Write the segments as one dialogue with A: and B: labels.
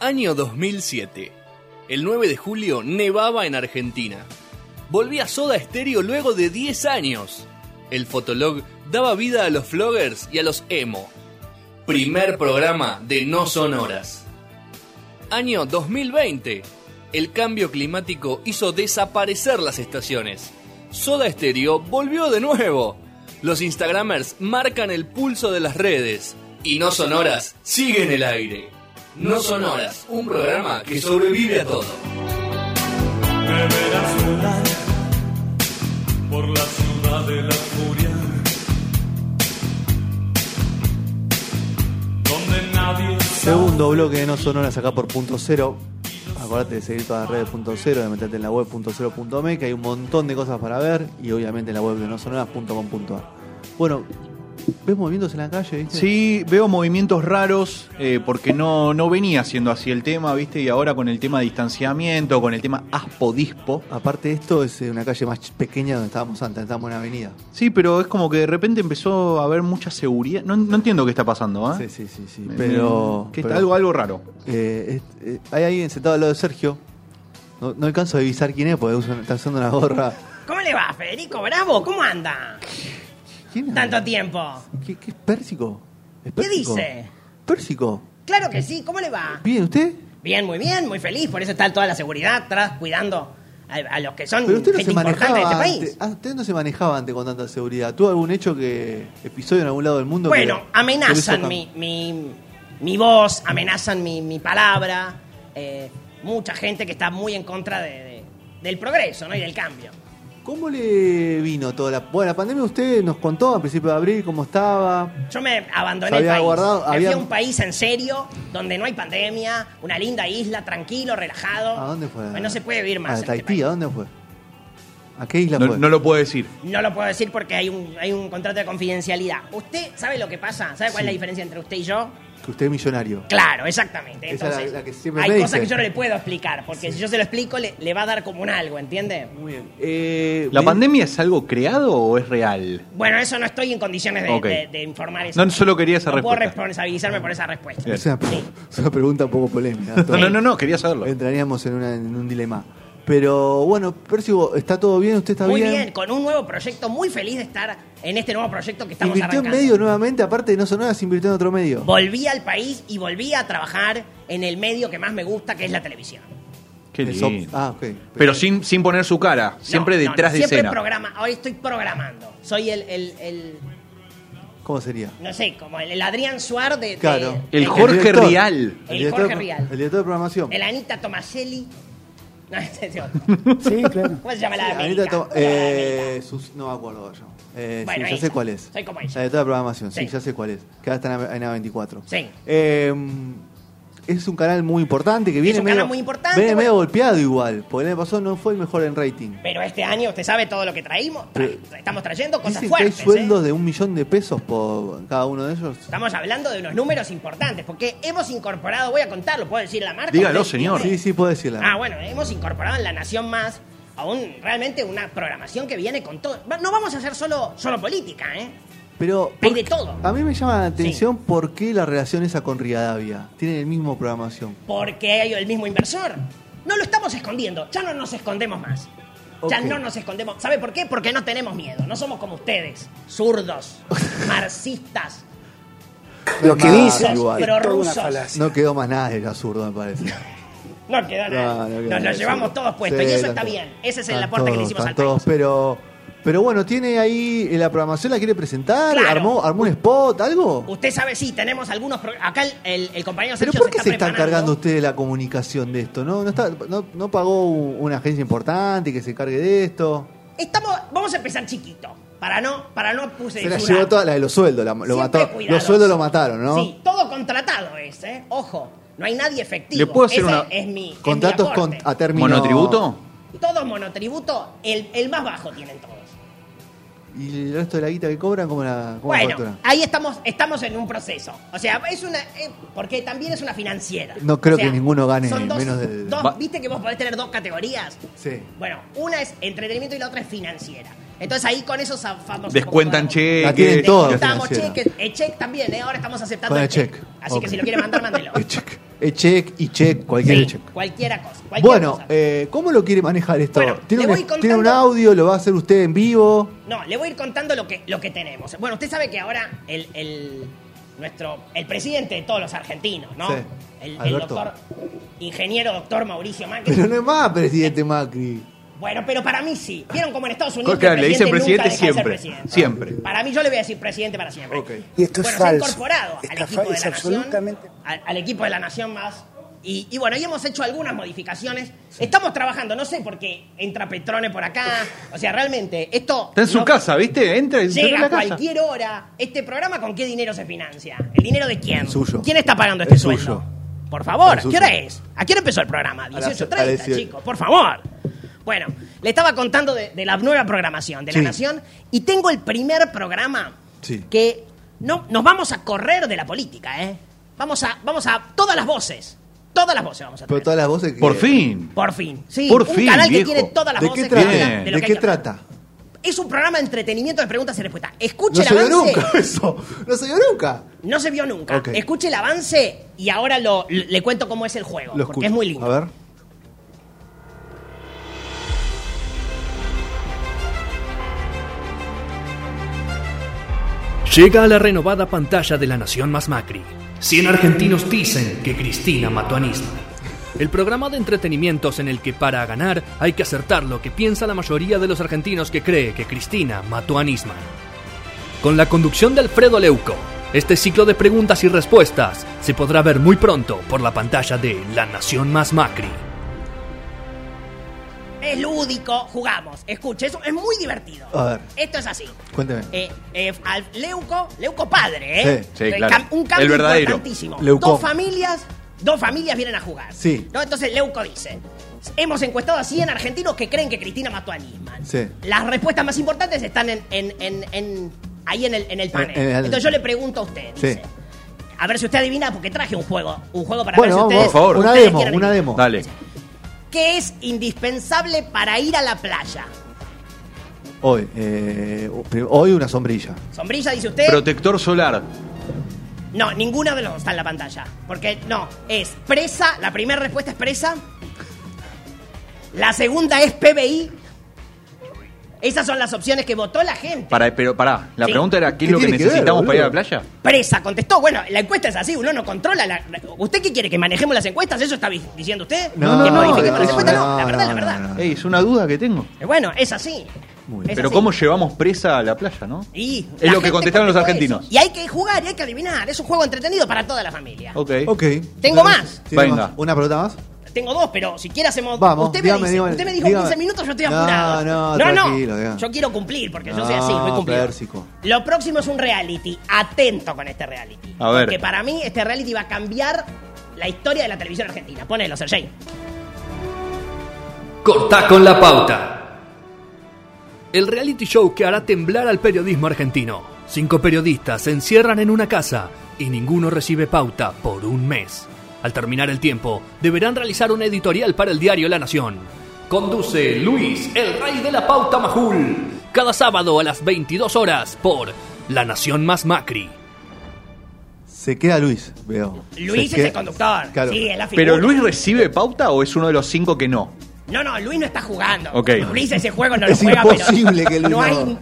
A: Año 2007. El 9 de julio nevaba en Argentina. Volvía Soda Estéreo luego de 10 años. El Fotolog daba vida a los floggers y a los emo. Primer programa de No Sonoras. Año 2020. El cambio climático hizo desaparecer las estaciones. Soda Estéreo volvió de nuevo. Los Instagramers marcan el pulso de las redes. Y No Sonoras sigue en el aire. No Sonoras, un programa que sobrevive a todo.
B: Me verás volar por la ciudad de la furia, donde nadie
C: Segundo bloque de No Sonoras acá por Punto Cero. Acordate de seguir todas las redes Punto Cero, de meterte en la web punto cero punto me, que hay un montón de cosas para ver y obviamente en la web de nosonoras.com.ar. Bueno, ¿ves movimientos en la calle? ¿viste?
D: Sí, veo movimientos raros eh, porque no, no venía siendo así el tema, ¿viste? Y ahora con el tema de distanciamiento, con el tema aspo-dispo.
C: Aparte de esto, es eh, una calle más ch- pequeña donde estábamos antes, estábamos en una avenida.
D: Sí, pero es como que de repente empezó a haber mucha seguridad. No, no entiendo qué está pasando, ¿eh?
C: Sí, sí, sí, sí.
D: Me-
C: Pero.
D: que está
C: pero,
D: algo, algo raro.
C: eh, es- eh, hay alguien sentado al lado de Sergio. No, no alcanzo a divisar quién es porque usa- está usando una gorra.
E: ¿Cómo le va, Federico Bravo? ¿Cómo anda?
C: ¿Quién es?
E: Tanto tiempo.
C: ¿Qué, qué es Pérsico? ¿Es
E: ¿Qué
C: Pérsico?
E: dice?
C: Pérsico.
E: Claro que sí, ¿cómo le va?
C: ¿Bien usted?
E: Bien, muy bien, muy feliz, por eso está toda la seguridad atrás cuidando a, a los que son
C: Pero usted no
E: gente
C: se
E: importante de este
C: manejaba
E: país.
C: antes, ah, usted no se manejaba antes con tanta seguridad. ¿Tuvo algún hecho que episodio en algún lado del mundo? que-
E: Bueno,
C: que
E: amenazan
C: lo hizo
E: mi, mi, mi voz, amenazan mi, mi palabra. eh, mucha gente que está muy en contra de- de- del progreso ¿no? y del cambio.
C: cam- ¿Cómo le vino toda la bueno, la pandemia? Usted nos contó a principios de abril cómo estaba.
E: Yo me abandoné
C: Se había
E: el país.
C: guardado-
E: me
C: había-
E: fui a un país en serio, donde no hay pandemia, una linda isla, tranquilo, relajado.
C: ¿A dónde fue?
E: Pues no se puede vivir más.
C: ¿A
E: en este
C: Tahití?
E: país.
C: ¿A dónde fue? ¿A qué isla
D: No,
C: fue?
D: no lo puedo decir.
E: No lo puedo decir porque hay un, hay un contrato de confidencialidad. ¿Usted sabe lo que pasa? ¿Sabe cuál
C: Sí.
E: es la diferencia entre usted y yo?
C: Que usted es millonario.
E: Claro, exactamente.
C: Esa es la-
E: Entonces,
C: la que siempre
E: hay
C: me
E: cosas
C: dice.
E: que yo no le puedo explicar, porque si yo se lo explico, le, le va a dar como un algo, ¿entiende?
C: Muy bien. Eh,
D: ¿La
C: me-
D: pandemia es algo creado o es real?
E: Bueno, eso no estoy en condiciones de,
D: Ok.
E: de- de informar eso.
D: No, solo quería esa
E: No puedo
D: respuesta.
E: responsabilizarme por esa respuesta.
D: Bien.
C: Es una,
E: Sí.
C: es una pregunta un poco polémica.
D: No, no, no, no, quería saberlo.
C: Entraríamos en, una- en un dilema. Pero bueno, Percibo, ¿está todo bien? ¿Usted está
E: Muy
C: bien?
E: bien. con un nuevo proyecto, muy feliz de estar en este nuevo proyecto que estamos
C: invirtió en
E: arrancando.
C: medio nuevamente, aparte de no sonoras, invirtió en otro medio.
E: Volví al país y volví a trabajar en el medio que más me gusta, que es la televisión.
D: Qué
C: El Sop-
D: lindo.
C: Ah, ok.
D: Pero sin, sin poner su cara, siempre
E: No, no, no,
D: detrás de
E: siempre
D: escena.
E: programa, ahora estoy programando. Soy el, el- el-
C: ¿Cómo sería?
E: no sé, como el, el Adrián Suar de, de-
C: Claro.
D: El
E: de-
D: Jorge
C: director.
D: Rial.
E: El
C: director
E: Jorge
C: de-
E: Rial.
C: El director de programación.
E: el Anita Tomaselli. No, ese es otro.
F: Sí, claro.
E: ¿Cómo se llama la de
C: Sí,
E: América?
C: Anita Tom-
E: La de América.
C: eh, sus- no me acuerdo yo. Eh,
E: Bueno,
C: sí, ya
E: ella.
C: sé cuál es.
E: Soy como ella.
C: La directora de programación, sí,
E: Sí.
C: ya sé cuál es. Que ahora está en A- en A24.
E: Sí.
C: Eh, es un canal muy importante que viene
E: un
C: medio,
E: canal muy importante,
C: viene
E: bueno.
C: medio golpeado igual. Porque el año pasado no fue el mejor en rating.
E: Pero este año, usted sabe todo lo que traímos. Tra- estamos trayendo cosas
C: Dicen que hay
E: fuertes.
C: sueldos
E: ¿eh?
C: de un millón de pesos por cada uno de ellos.
E: Estamos hablando de unos números importantes, porque hemos incorporado, voy a contarlo, ¿puedo decir la marca?
D: Dígalo,
E: ¿Usted
D: señor.
E: tiene?
C: Sí, sí, puedo decirla.
E: Ah, bueno, hemos incorporado en La Nación Más a un, realmente una programación que viene con todo. Va- No vamos a hacer solo, solo política, ¿eh?
C: Pero
E: Hay de todo.
C: a mí me llama la atención por qué la relación esa con Rivadavia. Tienen el mismo programación.
E: Porque hay el mismo inversor. No lo estamos escondiendo, ya no nos escondemos más. Ya
C: Ok.
E: no nos escondemos. ¿Sabe por qué? Porque no tenemos miedo, no somos como ustedes, zurdos, marxistas,
F: Lo que
C: Ah,
F: dice
C: igual.
E: Pero
F: toda una
E: rusos.
F: falacia.
C: No quedó más nada de lo absurdo, me parece.
E: No queda
C: No, no
E: nada.
C: queda
E: Nos
C: nada
E: lo
C: de
E: llevamos
C: eso.
E: todos puestos.
C: Sí,
E: y eso está
C: están todos.
E: bien. Ese es el
C: Están
E: aporte que le
C: todos,
E: hicimos
C: están
E: al
C: todos,
E: país.
C: pero, pero bueno, tiene ahí eh, la programación, la quiere presentar,
E: Claro.
C: armó, armó un spot, algo.
E: Usted sabe, sí, tenemos algunos. pro- Acá el, el- el compañero
C: Pero
E: Sergio
C: ¿por qué se,
E: está
C: están
E: preparando.
C: cargando ustedes la comunicación de esto? ¿No, no, está- no, no pagó un- una agencia importante que se cargue de esto?
E: Estamos, vamos a empezar chiquito. Para no, para no puse
C: Se la llevó toda la de los sueldos, la- lo mató- los sueldos lo mataron, ¿no?
E: Sí, todo contratado es, ¿eh? Ojo, no hay nadie efectivo.
D: ¿Le puedo hacer
E: Ese
D: una-
E: Es mi, es
C: Contratos
E: mi
C: con,
E: aporte.
C: a término.
D: ¿Monotributo?
E: Todos monotributo, el, el más bajo tienen todos.
C: ¿Y el resto de la guita que cobran, cómo la, cómo la
E: Bueno,
C: facturan?
E: ahí estamos, estamos en un proceso. O sea, es una. eh, porque también es una financiera.
C: No creo
E: O sea,
C: que ninguno gane
E: son dos-
C: menos del-
E: dos-
D: Va-
E: ¿Viste que vos podés tener dos categorías?
C: Sí.
E: Bueno, una es entretenimiento y la otra es financiera. Entonces ahí con eso zafamos.
D: Descuentan
E: cheques.
C: La tienen
D: cheques.
C: todos.
E: Descontamos
C: financiera.
E: cheques. El check también, ¿eh? Ahora estamos aceptando
C: Con el
E: cheque.
C: cheque.
E: Así
C: Ok.
E: que si lo quiere mandar, mándelo.
C: El cheque. Eh, check y check, cualquier
E: Sí,
C: check.
E: Cualquiera cosa. cualquier
C: Bueno,
E: cosa.
C: eh, ¿cómo lo quiere manejar esto?
E: Bueno,
C: ¿Tiene,
E: le
C: un,
E: voy contando-
C: tiene un audio? ¿Lo va a hacer usted en vivo?
E: No, le voy a ir contando lo que, lo que tenemos. Bueno, usted sabe que ahora el, el- nuestro, el presidente de todos los argentinos, ¿no?
C: Sí,
E: El, el
C: Alberto.
E: doctor, ingeniero doctor Mauricio Macri.
C: Pero no es más presidente Macri.
E: Bueno, pero para mí sí. ¿Vieron como en Estados Unidos
D: Claro,
E: el
D: le dicen
E: nunca
D: presidente
E: deja de ser
D: siempre,
E: presidente?
D: siempre.
E: Para mí yo le voy a decir presidente para siempre.
D: Ok.
F: Y esto es
E: bueno,
F: falso.
E: se ha incorporado al
F: Esta
E: equipo
F: fa-
E: de
F: es
E: la nación.
F: absolutamente-
E: Al, al equipo de la nación más. Y, y bueno, y hemos hecho algunas modificaciones. Estamos trabajando, no sé por qué entra Petrone por acá. O sea, realmente, esto.
D: Está en su
E: no-
D: casa, ¿viste? Entra y se
E: Llega
D: en la
E: a
D: casa.
E: cualquier hora. ¿Este programa con qué dinero se financia? ¿El dinero de quién?
C: Suyo.
E: ¿Quién está pagando este
C: El
E: sueldo?
C: suyo.
E: Por favor,
C: El
E: ¿qué
C: suyo.
E: hora es? ¿A qué hora empezó el programa?
C: las-
E: 18.30,
C: a las 18.
E: chicos, por favor. Bueno, le estaba contando de, de la nueva programación de La
C: Sí.
E: Nación y tengo el primer programa
C: Sí.
E: que no, nos vamos a correr de la política, ¿eh? Vamos a, vamos a todas las voces. Todas las voces vamos a
C: Pero
E: tener.
C: todas las voces que...
D: Por fin.
E: Por fin. Sí,
D: Por
E: un
D: fin,
E: canal
D: viejo.
E: que tiene todas las
C: ¿De
E: voces
C: qué
E: que hablan
C: trata?
E: de
C: ¿De
E: lo que
C: qué
E: hay que hablar.
C: trata?
E: Es un programa de entretenimiento de preguntas y respuestas. Escuche
C: No
E: el
C: se vio
E: avance.
C: nunca eso. No se vio nunca.
E: No se vio nunca.
C: Ok.
E: Escuche el avance y ahora lo, le cuento cómo es el juego.
C: Lo escucho.
E: porque es muy lindo.
C: A ver.
A: Llega a la renovada pantalla de La Nación Más Macri. 100 argentinos dicen que Cristina mató a Nisman. El programa de entretenimientos en el que para ganar hay que acertar lo que piensa la mayoría de los argentinos que cree que Cristina mató a Nisman. Con la conducción de Alfredo Leuco, este ciclo de preguntas y respuestas se podrá ver muy pronto por la pantalla de La Nación Más Macri.
E: Es lúdico, jugamos. Escuche, eso es muy divertido.
C: A ver.
E: Esto es así.
C: Cuénteme.
E: Eh, eh, al- Leuco, Leuco padre, ¿eh?
C: Sí,
D: sí,
E: Eh,
D: claro.
E: cam- Un cambio
D: El verdadero.
E: importantísimo.
C: Leuco.
E: Dos familias, dos familias vienen a jugar.
C: Sí.
E: ¿No? Entonces Leuco dice. Hemos encuestado a 100 argentinos que creen que Cristina mató a Nisman.
C: Sí.
E: Las respuestas más importantes están en, en- en- en- ahí en el, en el panel.
C: En- en el-
E: Entonces yo le pregunto a usted,
C: Sí.
E: dice, a ver si usted adivina, porque traje un juego, un juego para
C: Bueno,
E: ver si ustedes,
C: vamos, por favor. una
E: ustedes
C: demo,
E: quieren
C: una
E: adivinar.
C: demo.
D: Dale.
E: ¿Qué es indispensable para ir a la playa?
C: Hoy, eh, hoy una sombrilla.
E: ¿Sombrilla, dice usted?
D: Protector solar.
E: no, ninguno de los dos está en la pantalla. Porque no, es presa, la primera respuesta es presa. La segunda es PBI. Esas son las opciones que votó la gente.
D: Para, pero pará, la
E: Sí.
D: pregunta era: ¿qué es
C: ¿Qué
D: lo que
C: tiene que ver,
D: necesitamos para ir a la
C: boludo?
D: playa?
E: Presa, contestó. Bueno, la encuesta es así, uno no controla. la- ¿Usted qué quiere? ¿Que manejemos las encuestas? ¿Eso está vi- diciendo usted?
C: No,
E: ¿Que
C: no,
E: modifiquemos
C: no,
E: las encuestas? No,
C: no,
E: la verdad,
C: no,
E: la verdad.
C: no, no.
D: Ey, es una duda que tengo.
E: Eh, Bueno, es así.
C: Muy bien.
E: Es
D: Pero
E: así.
D: ¿cómo llevamos presa a la playa, no?
E: Y
D: Es
E: la
D: lo que
E: gente
D: contestaron los
E: contestó
D: argentinos.
E: eso. Y hay que jugar y hay que adivinar. Es un juego entretenido para toda la familia.
D: Ok.
C: Ok.
E: Tengo más.
C: ¿Tiene
D: Venga.
C: más? ¿Una pelota más?
E: Tengo dos, pero si quiere hacemos.
C: Vamos,
E: usted, me
C: dígame,
E: dice,
C: dígame,
E: usted me dijo
C: dígame.
E: 15 minutos, yo estoy
C: No,
E: apurado.
C: no, tranquilo, dígame.
E: Yo quiero cumplir, porque yo soy
C: No,
E: así, muy cumplido.
C: Pérsico.
E: Lo próximo es un reality. Atento con este reality.
D: A ver.
E: Porque para mí este reality va a cambiar la historia de la televisión argentina. Ponelo, Sergey.
A: Cortá con la pauta. El reality show que hará temblar al periodismo argentino. Cinco periodistas se encierran en una casa y ninguno recibe pauta por un mes. Al terminar el tiempo, deberán realizar un editorial para el diario La Nación. Conduce Luis, el rey de la pauta Majul, cada sábado a las 22 horas por La Nación Más Macri.
C: Se queda Luis, veo.
E: Luis
C: Se
E: es
C: queda-
E: el conductor.
C: Claro.
E: Sí, es la figura.
D: ¿Pero Luis recibe pauta o es uno de los cinco que no?
E: No, no, Luis no está jugando.
D: Ok.
E: Luis ese juego no lo
C: Es
E: juega,
C: imposible
E: pero
C: que Luis
E: no
C: no-
E: hay,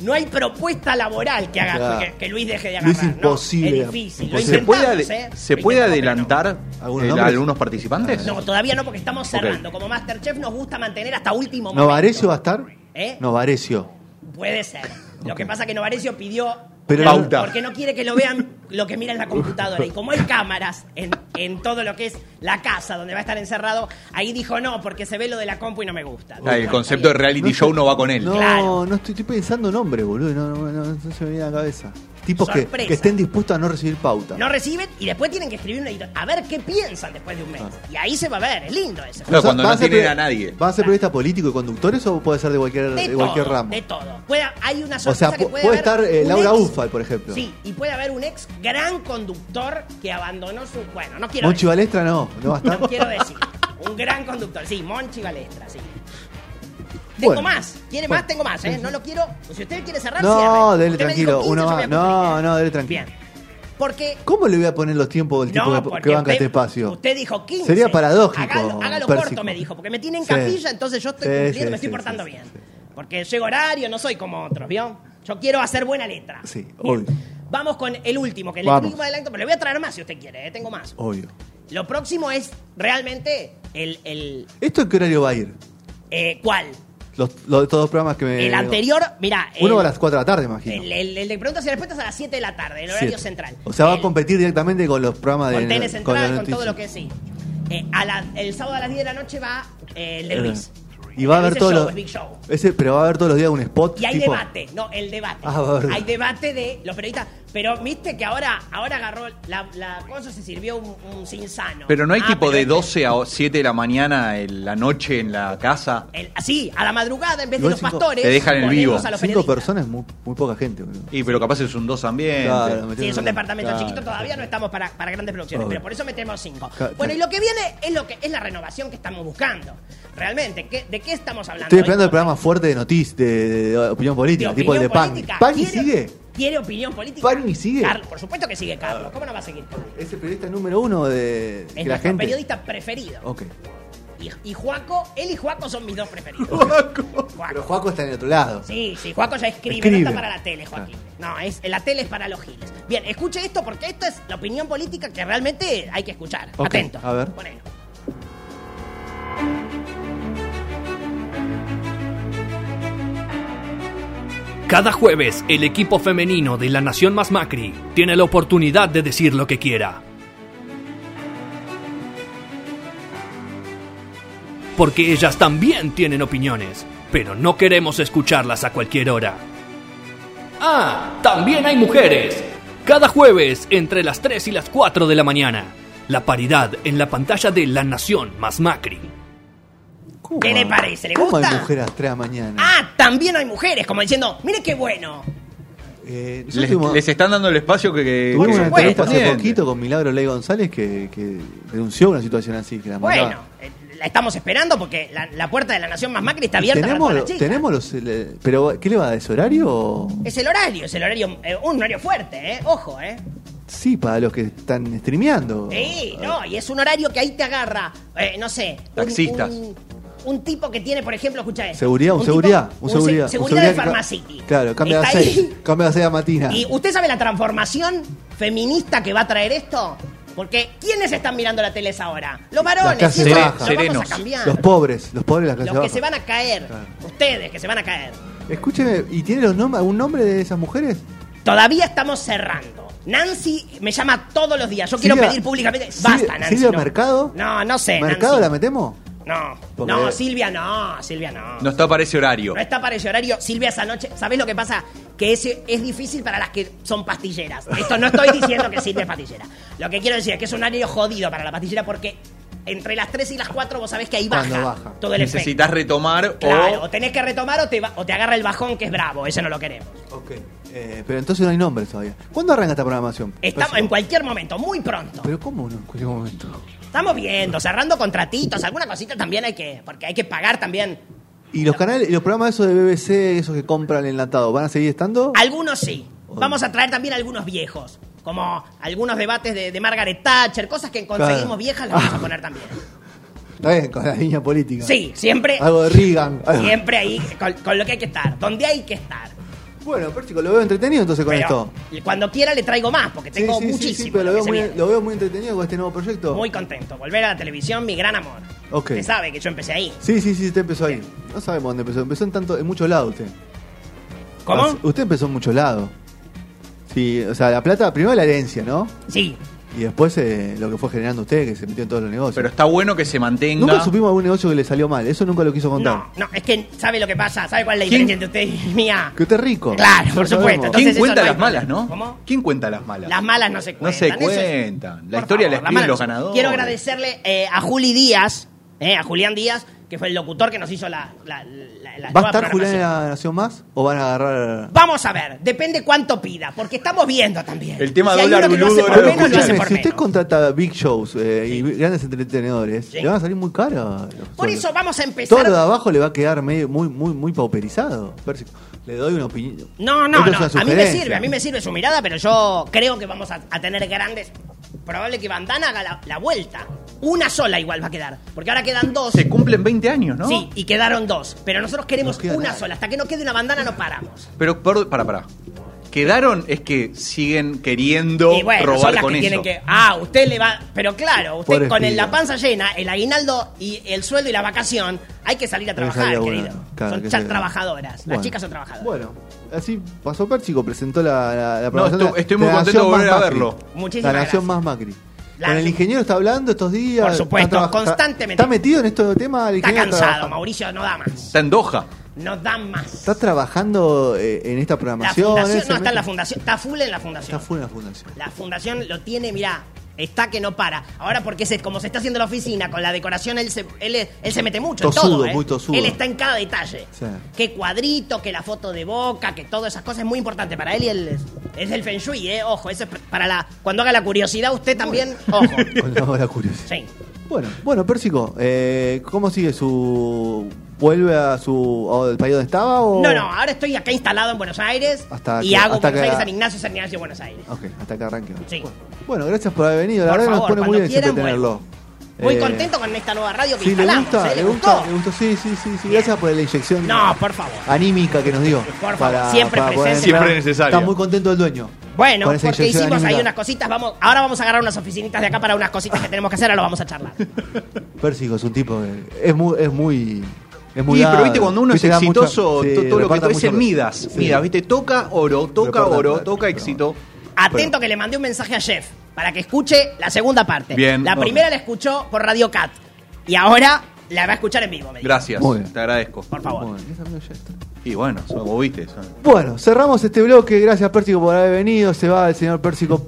E: no hay propuesta laboral que haga
C: Claro.
E: que, que Luis deje de agarrar.
C: Luis imposible.
E: No, es difícil. Lo
D: ¿Se puede,
E: intentamos,
D: ade-
E: ¿eh?
D: ¿se
E: Lo
D: puede
E: intentamos, pero no.
D: adelantar
C: ¿Algunos
D: el-
C: nombres?
D: a algunos participantes?
E: No, todavía no, porque estamos cerrando. Como Masterchef nos gusta mantener hasta último momento.
C: ¿Novarecio va a estar?
E: ¿Eh?
C: Novarecio.
E: Puede ser. Lo que pasa es que Novarecio pidió
C: Pero-
D: Pauta.
E: porque no quiere que lo vean lo que mira en la computadora. Y como hay cámaras en, en todo lo que es la casa donde va a estar encerrado, ahí dijo no, porque se ve lo de la compu y no me gusta.
D: Ah, el
E: Bueno,
D: concepto de
E: está bien.
D: reality show no va con él.
C: No,
E: Claro.
C: no estoy, estoy pensando nombre, boludo. No, no, no, no se me viene a la cabeza. Tipos que,
E: Sorpresa.
C: que estén dispuestos a no recibir pauta.
E: No reciben y después tienen que escribir una editorial. A ver qué piensan después de un mes. Y ahí se va a ver, es lindo ese.
D: Ah. No, cuando
C: ¿Vas
D: no
C: ser
D: tienen
C: pri-
D: a nadie.
C: ¿Van a ser periodistas políticos y conductores o puede ser de cualquier,
E: De
C: de cualquier
E: todo,
C: ramo?
E: De todo. Puede- hay una
C: O sea,
E: sorpresa que
C: pu-
E: puede,
C: puede
E: haber
C: estar, eh,
E: un
C: Laura
E: ex-
C: Ufal, por ejemplo.
E: Sí, y puede haber un ex gran conductor que abandonó su. Bueno, no quiero
C: Monchi
E: decir.
C: Balestra no, no va a estar.
E: No quiero decir. Un gran conductor, sí, Monchi Balestra, sí.
C: Bueno.
E: Tengo más, quiere más, tengo más, ¿eh? No lo quiero. Si usted quiere cerrar,
C: No,
E: cierre.
C: dele
E: Usted me
C: tranquilo,
E: dijo 15,
C: uno
E: yo
C: más.
E: voy a cumplir,
C: No,
E: ¿eh?
C: no, dele tranquilo.
E: Bien. Porque
C: ¿Cómo le voy a poner los tiempos del tipo
E: no,
C: que- que,
E: porque
C: banca
E: usted,
C: este espacio?
E: Usted dijo 15.
C: Sería paradójico,
E: Hágalo, hágalo
C: Pérsico.
E: corto, me dijo, porque me tienen
C: Sí.
E: capilla, entonces yo estoy
C: Sí,
E: cumpliendo,
C: sí,
E: me estoy
C: sí,
E: portando
C: sí,
E: bien.
C: sí,
E: Porque llego horario, no soy como otros, ¿vio? Yo quiero hacer buena letra.
C: Sí,
E: Bien.
C: obvio.
E: Vamos con el último, que es el
C: Vamos.
E: enigma del acto, pero le voy a traer más si usted quiere, ¿eh? tengo más.
C: Obvio.
E: Lo próximo es realmente el. el
C: ¿Esto en qué horario va a ir?
E: eh, ¿Cuál?
C: Los, los, estos dos programas que me.
E: el anterior, mira.
C: Eh, Uno
E: el-
C: va a las 4 de la tarde, imagino.
E: El, el- el de preguntas y respuestas a las 7 de la tarde, el horario
C: Siete.
E: central.
C: O sea, va a
E: El-
C: competir directamente con los programas de.
E: con Tele
C: las
E: Central, con todo
C: noticias.
E: lo que sí. Eh, a la- el sábado a las 10 de la noche va eh, el de Luis.
C: Y va a
E: El
C: haber
E: Luis es
C: todos
E: show,
C: los.
E: es Big Show.
C: Ese, pero va a haber todos los días un spot.
E: Y hay
C: tipo-
E: debate, no, el debate.
C: Ah, va a haber-
E: hay debate de los periodistas. Pero viste que ahora, ahora agarró la, la cosa se sirvió un, un sinsano.
D: Pero no hay
E: Ah,
D: tipo
E: pero
D: de
E: este-
D: 12 a 7 de la mañana en la noche en la casa.
E: el- así, a la madrugada, en vez de
C: Igual
E: los
C: cinco-
E: pastores.
D: te dejan el vivo.
E: ponemos a los
C: Cinco
E: periodistas.
C: personas es muy, muy poca gente, boludo.
D: Y pero capaz es un 2 ambiente.
C: Claro, me-
E: Sí, son departamentos
C: Claro.
E: chiquitos, todavía no estamos para, para grandes producciones,
C: Obvio.
E: pero por eso metemos cinco.
C: Claro,
E: Bueno, y
C: claro.
E: lo que viene es lo que es la renovación que estamos buscando. Realmente, ¿qué- ¿de qué estamos hablando?
C: Estoy esperando
E: Hoy
C: el programa fuerte de noticias, de, de- de opinión política, tipo el de
E: opinión
C: Pan.
E: política.
C: ¿Pan y
E: ¿Quiere-
C: sigue?
E: ¿Quiere opinión política?
C: ¿Pagni sigue?
E: Carlos, por supuesto que sigue Carlos. ¿Cómo no va a seguir Carlos?
C: Es el periodista número uno de que
E: Es
C: la
E: nuestro
C: gente. Oh.
E: periodista preferido.
C: Ok.
E: Y, y Juaco, él y Juaco son mis dos preferidos.
C: Oh.
E: Juaco.
C: Pero Juaco está en el otro lado.
E: Sí, sí, Juaco ya escribe,
C: Escribe. Ah.
E: no está para la tele, Joaquín. No, es, la tele es para los giles. Bien, escuche esto porque esto es la opinión política que realmente hay que escuchar.
C: Ok,
E: Atento.
C: a ver.
E: Ponelo.
A: Cada jueves, el equipo femenino de La Nación Más Macri tiene la oportunidad de decir lo que quiera. Porque ellas también tienen opiniones, pero no queremos escucharlas a cualquier hora. Ah, también hay mujeres. Cada jueves, entre las 3 y las 4 de la mañana. La paridad en la pantalla de La Nación Más Macri.
C: ¿Cómo
E: ¿Qué
C: va?
E: le parece? ¿Le
C: ¿Cómo hay
E: gusta?
C: mujeres a las 3 de la mañana?
E: Ah, también hay mujeres, como diciendo, mire qué bueno.
C: Eh,
D: Les, les están dando el espacio que. que-
C: Tuvimos Eh, una
E: supuesto.
C: entrevista hace
D: Bien.
C: poquito con Milagro Ley González que, que denunció una situación así. Que la
E: Bueno,
C: mandaba.
E: eh, la estamos esperando porque la, la puerta de la Nación Más Macri está abierta
C: ¿Tenemos,
E: para
C: lo-
E: todas las chicas.
C: tenemos los. el- ¿Pero qué le va a dar ese horario? o-
E: Es el horario, es el horario, eh, un horario fuerte, ¿eh? Ojo, ¿eh?
C: Sí, para los que están streameando.
E: Sí, no, y es un horario que ahí te agarra, eh, no sé. un-
D: Taxistas.
E: Un, un tipo que tiene, por ejemplo, escucha esto.
C: Seguridad, un, seguridad, un seguridad. un
E: seguridad
C: seguridad
E: de
C: que ca-
E: Pharmacity.
C: Claro, cambia de
E: Está
C: seis.
E: ahí.
C: Cambia de seis a matina.
E: ¿Y usted sabe la transformación feminista que va a traer esto? Porque ¿quiénes están mirando la tele ahora?
C: Las
E: Los varones,
C: clases
E: y eso
C: bajas.
E: lo
D: Serenos.
E: vamos a cambiar.
C: Los pobres, los pobres de la clase
E: Los que
C: baja.
E: se van a caer.
C: Claro.
E: Ustedes que se van a caer.
C: Escúcheme, ¿y tiene los nom- algún nombre de esas mujeres?
E: Todavía estamos cerrando. Nancy me llama todos los días. Yo quiero
C: Silvia-
E: pedir públicamente.
C: Silvia-
E: Basta, Nancy.
C: ¿Silvia
E: no.
C: Mercado?
E: No, no sé.
C: ¿Mercado la
E: Eh, Nancy.
C: metemos?
E: No,
C: Porque-
E: no, Silvia no, Silvia no.
D: No está para ese horario.
E: No está para ese horario. Silvia, esa noche, ¿sabés lo que pasa? Que ese es difícil para las que son pastilleras. Esto no estoy diciendo que Silvia es pastillera. Lo que quiero decir es que es un horario jodido para la pastillera porque entre las 3 y las 4 vos sabés que ahí baja,
C: Cuando baja.
E: todo el efecto.
D: Necesitas retomar
E: Claro,
D: o.
E: o tenés que retomar o te, va- o te agarra el bajón que es bravo, eso no lo queremos.
C: Ok. Eh, pero entonces no hay nombres todavía. ¿Cuándo arranca esta programación?
E: Estamos en cualquier momento, muy pronto.
C: Pero ¿cómo no? En cualquier momento.
E: Estamos viendo, cerrando contratitos, alguna cosita también hay que, porque hay que pagar también.
C: ¿Y los canales, y los programas esos de BBC, esos que compran enlatado, van a seguir estando?
E: Algunos sí. Vamos a traer también algunos viejos. Como algunos debates de, de Margaret Thatcher, cosas que conseguimos
C: Claro.
E: viejas las vamos a poner también.
C: Está bien, con la línea política.
E: Sí, siempre,
C: Algo de Reagan. algo-
E: siempre ahí, con, con lo que hay que estar, donde hay que estar.
C: Bueno, pero chicos, lo veo entretenido entonces con
E: Pero
C: esto.
E: cuando quiera le traigo más, porque tengo
C: sí, sí,
E: muchísimo.
C: sí, pero lo
E: lo
C: veo,
E: que se
C: muy,
E: viene.
C: lo veo muy entretenido con este nuevo proyecto.
E: Muy contento. Volver a la televisión, mi gran amor.
C: Ok.
E: Usted sabe que yo empecé ahí.
C: Sí, sí, sí, usted empezó ahí. No sabemos dónde empezó. Empezó en tanto, en muchos lados usted.
E: ¿Cómo?
C: Ah, Usted empezó en muchos lados. Sí, o sea, la plata, primero la herencia, ¿no?
E: Sí.
C: Y después eh, lo que fue generando usted, que se metió en todos los negocios.
D: Pero está bueno que se mantenga.
C: nunca supimos algún negocio que le salió mal, eso nunca lo quiso contar.
E: No, no, es que sabe lo que pasa, sabe cuál es la
D: ¿Quién-
E: diferencia entre usted y mía.
C: Que usted es rico.
E: Claro, por
C: Lo
E: supuesto.
C: sabemos.
E: Entonces-
D: ¿Quién
E: eso
D: cuenta
E: no hay
D: las malas,
E: problema.
D: no?
E: ¿Cómo?
D: ¿Quién cuenta las malas?
E: Las malas no se
D: No
E: cuentan.
D: se
E: eso es-
D: cuentan. La
E: Por
D: historia la
E: favor,
D: escriben los
E: malas no se-
D: ganadores.
E: Quiero agradecerle eh, a Juli Díaz, eh, a Julián Díaz, que fue el locutor que nos hizo la. la- la- la
C: ¿Va a
E: nueva
C: estar Julián en
E: programación.
C: la Nación Más o van a agarrar
E: Vamos a ver, depende cuánto pida, porque estamos viendo también.
D: El tema
E: si hay
D: dólar
E: uno que lo hace
D: boludo
E: por
D: era-
E: menos, lo hace
C: Escúchame,
E: por
C: si usted
E: menos.
C: contrata big shows eh, y grandes entretenedores,
E: Sí.
C: le van a salir muy caro. los
E: Por
C: sueldos.
E: eso vamos a
C: Todo
E: empezar.
C: lo de abajo le va a quedar medio, muy, muy, muy pauperizado. Percy, Le doy una opinión.
E: No, no,
C: Esto
E: no.
C: es una
E: A mí me
C: sugerencia.
E: sirve, a mí me sirve su mirada, pero yo creo que vamos a, a tener grandes. Probable que Bandana haga la, la vuelta. Una sola igual va a quedar, porque ahora quedan dos.
D: Se cumplen 20 años, ¿no?
E: Sí, y quedaron dos. Pero nosotros queremos
C: No queda
E: una
C: nada.
E: sola. Hasta que no quede una bandana no paramos.
D: Pero, perdón, para, para. Quedaron es que siguen queriendo
E: Y bueno, son
D: robar
E: las
D: con
E: que
D: eso.
E: tienen que. Ah, usted le va. Pero claro, usted
C: Pobre
E: con el-
C: piba.
E: la panza llena, el aguinaldo y el sueldo y la vacación, hay que salir a
C: Pero
E: trabajar,
C: salía
E: querido.
C: bueno, claro,
E: son
C: que
E: ya
C: sea.
E: trabajadoras. Las
C: Bueno.
E: chicas son trabajadoras.
C: Bueno, así pasó Persico, presentó la, la, la programación
D: estoy-
C: de la-
D: estoy
C: de
D: muy
C: la
D: contento de
C: Nación
D: volver
C: Más
D: a
C: Macri.
D: verlo.
E: Muchísimas
C: La Nación
E: gracias.
C: Más Macri.
E: La-
C: Con el ingeniero está hablando estos días.
E: Por supuesto,
C: está traba-
E: constantemente.
C: Está metido en estos temas. el
E: Está
C: ingeniero
E: cansado,
C: trabajando.
E: Mauricio, no da más.
D: Está en Doha.
E: No da más.
C: Está trabajando eh, en esta
E: La
C: programación.
E: fundación,
C: ese
E: no, está en la
C: mete-
E: fundación. Está full en la fundación.
C: Está full en la fundación.
E: La fundación lo tiene, mirá, está que no para. Ahora porque se- como se está haciendo la oficina con la decoración, él se, él, es- él se mete mucho en
C: Tosudo,
E: todo. ¿eh?
C: muy tosudo.
E: Él está en cada detalle.
C: Sí.
E: Que cuadrito, que la foto de boca, que todas esas cosas es muy importante para él y él es, es el feng shui, eh. Ojo, eso es para la. Cuando haga la curiosidad, usted también, ojo.
C: Cuando hago la curiosidad.
E: Sí.
C: Bueno, bueno, Pérsico, eh, ¿cómo sigue su. ¿Vuelve a su. al país donde estaba o.?
E: No, no, ahora estoy acá instalado en Buenos Aires
C: Oh. Hasta
E: y
C: que- Ah,
E: hago
C: hasta
E: Buenos
C: que-
E: Aires, San Ignacio, San Ignacio, Buenos Aires.
C: Ok, hasta que arranque.
E: Sí.
C: Bueno, gracias por haber venido. La
E: Por
C: verdad que nos
E: favor,
C: pone muy
E: cuando
C: bien siempre
E: quieran,
C: tenerlo.
E: Muy
C: Eh,
E: contento con esta nueva radio que
C: Sí, le
E: instalamos.
C: gusta,
E: ¿eh?
C: le,
E: ¿Le
C: gusta,
E: gustó?
C: le gustó. Sí, sí, sí, sí. Gracias por la inyección
E: No, por favor.
C: anímica que nos dio.
E: favor, siempre
C: poder
E: presente.
C: entrar.
D: Siempre necesaria.
C: Está muy contento el dueño.
E: Bueno,
C: con esa
E: porque
C: inyección
E: hicimos ahí
C: anímica.
E: unas cositas, vamos, ahora vamos a agarrar unas oficinitas de acá para unas cositas que tenemos que hacer, ahora lo vamos a charlar.
C: Pérsico es un tipo que es muy, es muy, es muy
D: Sí, pero
C: dado.
D: viste cuando uno
C: Viste,
D: es
C: da mucha-
D: exitoso,
C: sí,
D: to- todo lo que
C: reparta
D: tú dices
C: mucho-
D: midas.
C: sí.
D: Midas, viste, toca oro, toca
C: Reparta
D: oro,
C: plata,
D: toca
C: pero-
D: éxito.
E: Atento que le mandé un mensaje a Jeff para que escuche la segunda parte.
D: Bien,
E: La
D: ok.
E: primera la escuchó por Radio Cat y ahora la va a escuchar en vivo, me dijo.
D: Gracias,
C: Muy bien.
D: te agradezco.
E: Por favor.
C: Bueno, es amigo ya está.
D: Y bueno, son- vos viste. son-
C: Bueno, cerramos este bloque. Gracias, Pérsico, por haber venido. Se va el señor Pérsico.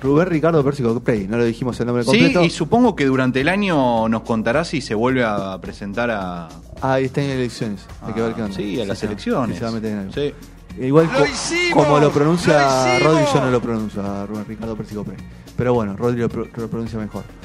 C: Rubén Ricardo Pérsico Prey. No le dijimos el nombre
D: Sí,
C: completo.
D: y supongo que durante el año nos contará si se vuelve a presentar a.
C: Ahí están en elecciones. Hay que ver qué onda.
D: Ah, Sí, a las
C: se va-
D: elecciones.
C: si se va a meter en algo.
D: Sí.
C: Igual co-
B: hicimos!
C: como lo pronuncia
B: ¡Lo hicimos!
C: Rodri, yo no lo pronuncio a Rubén Ricardo Pérsico Prey. Pero bueno, Rodri lo, pro- lo pronuncia mejor.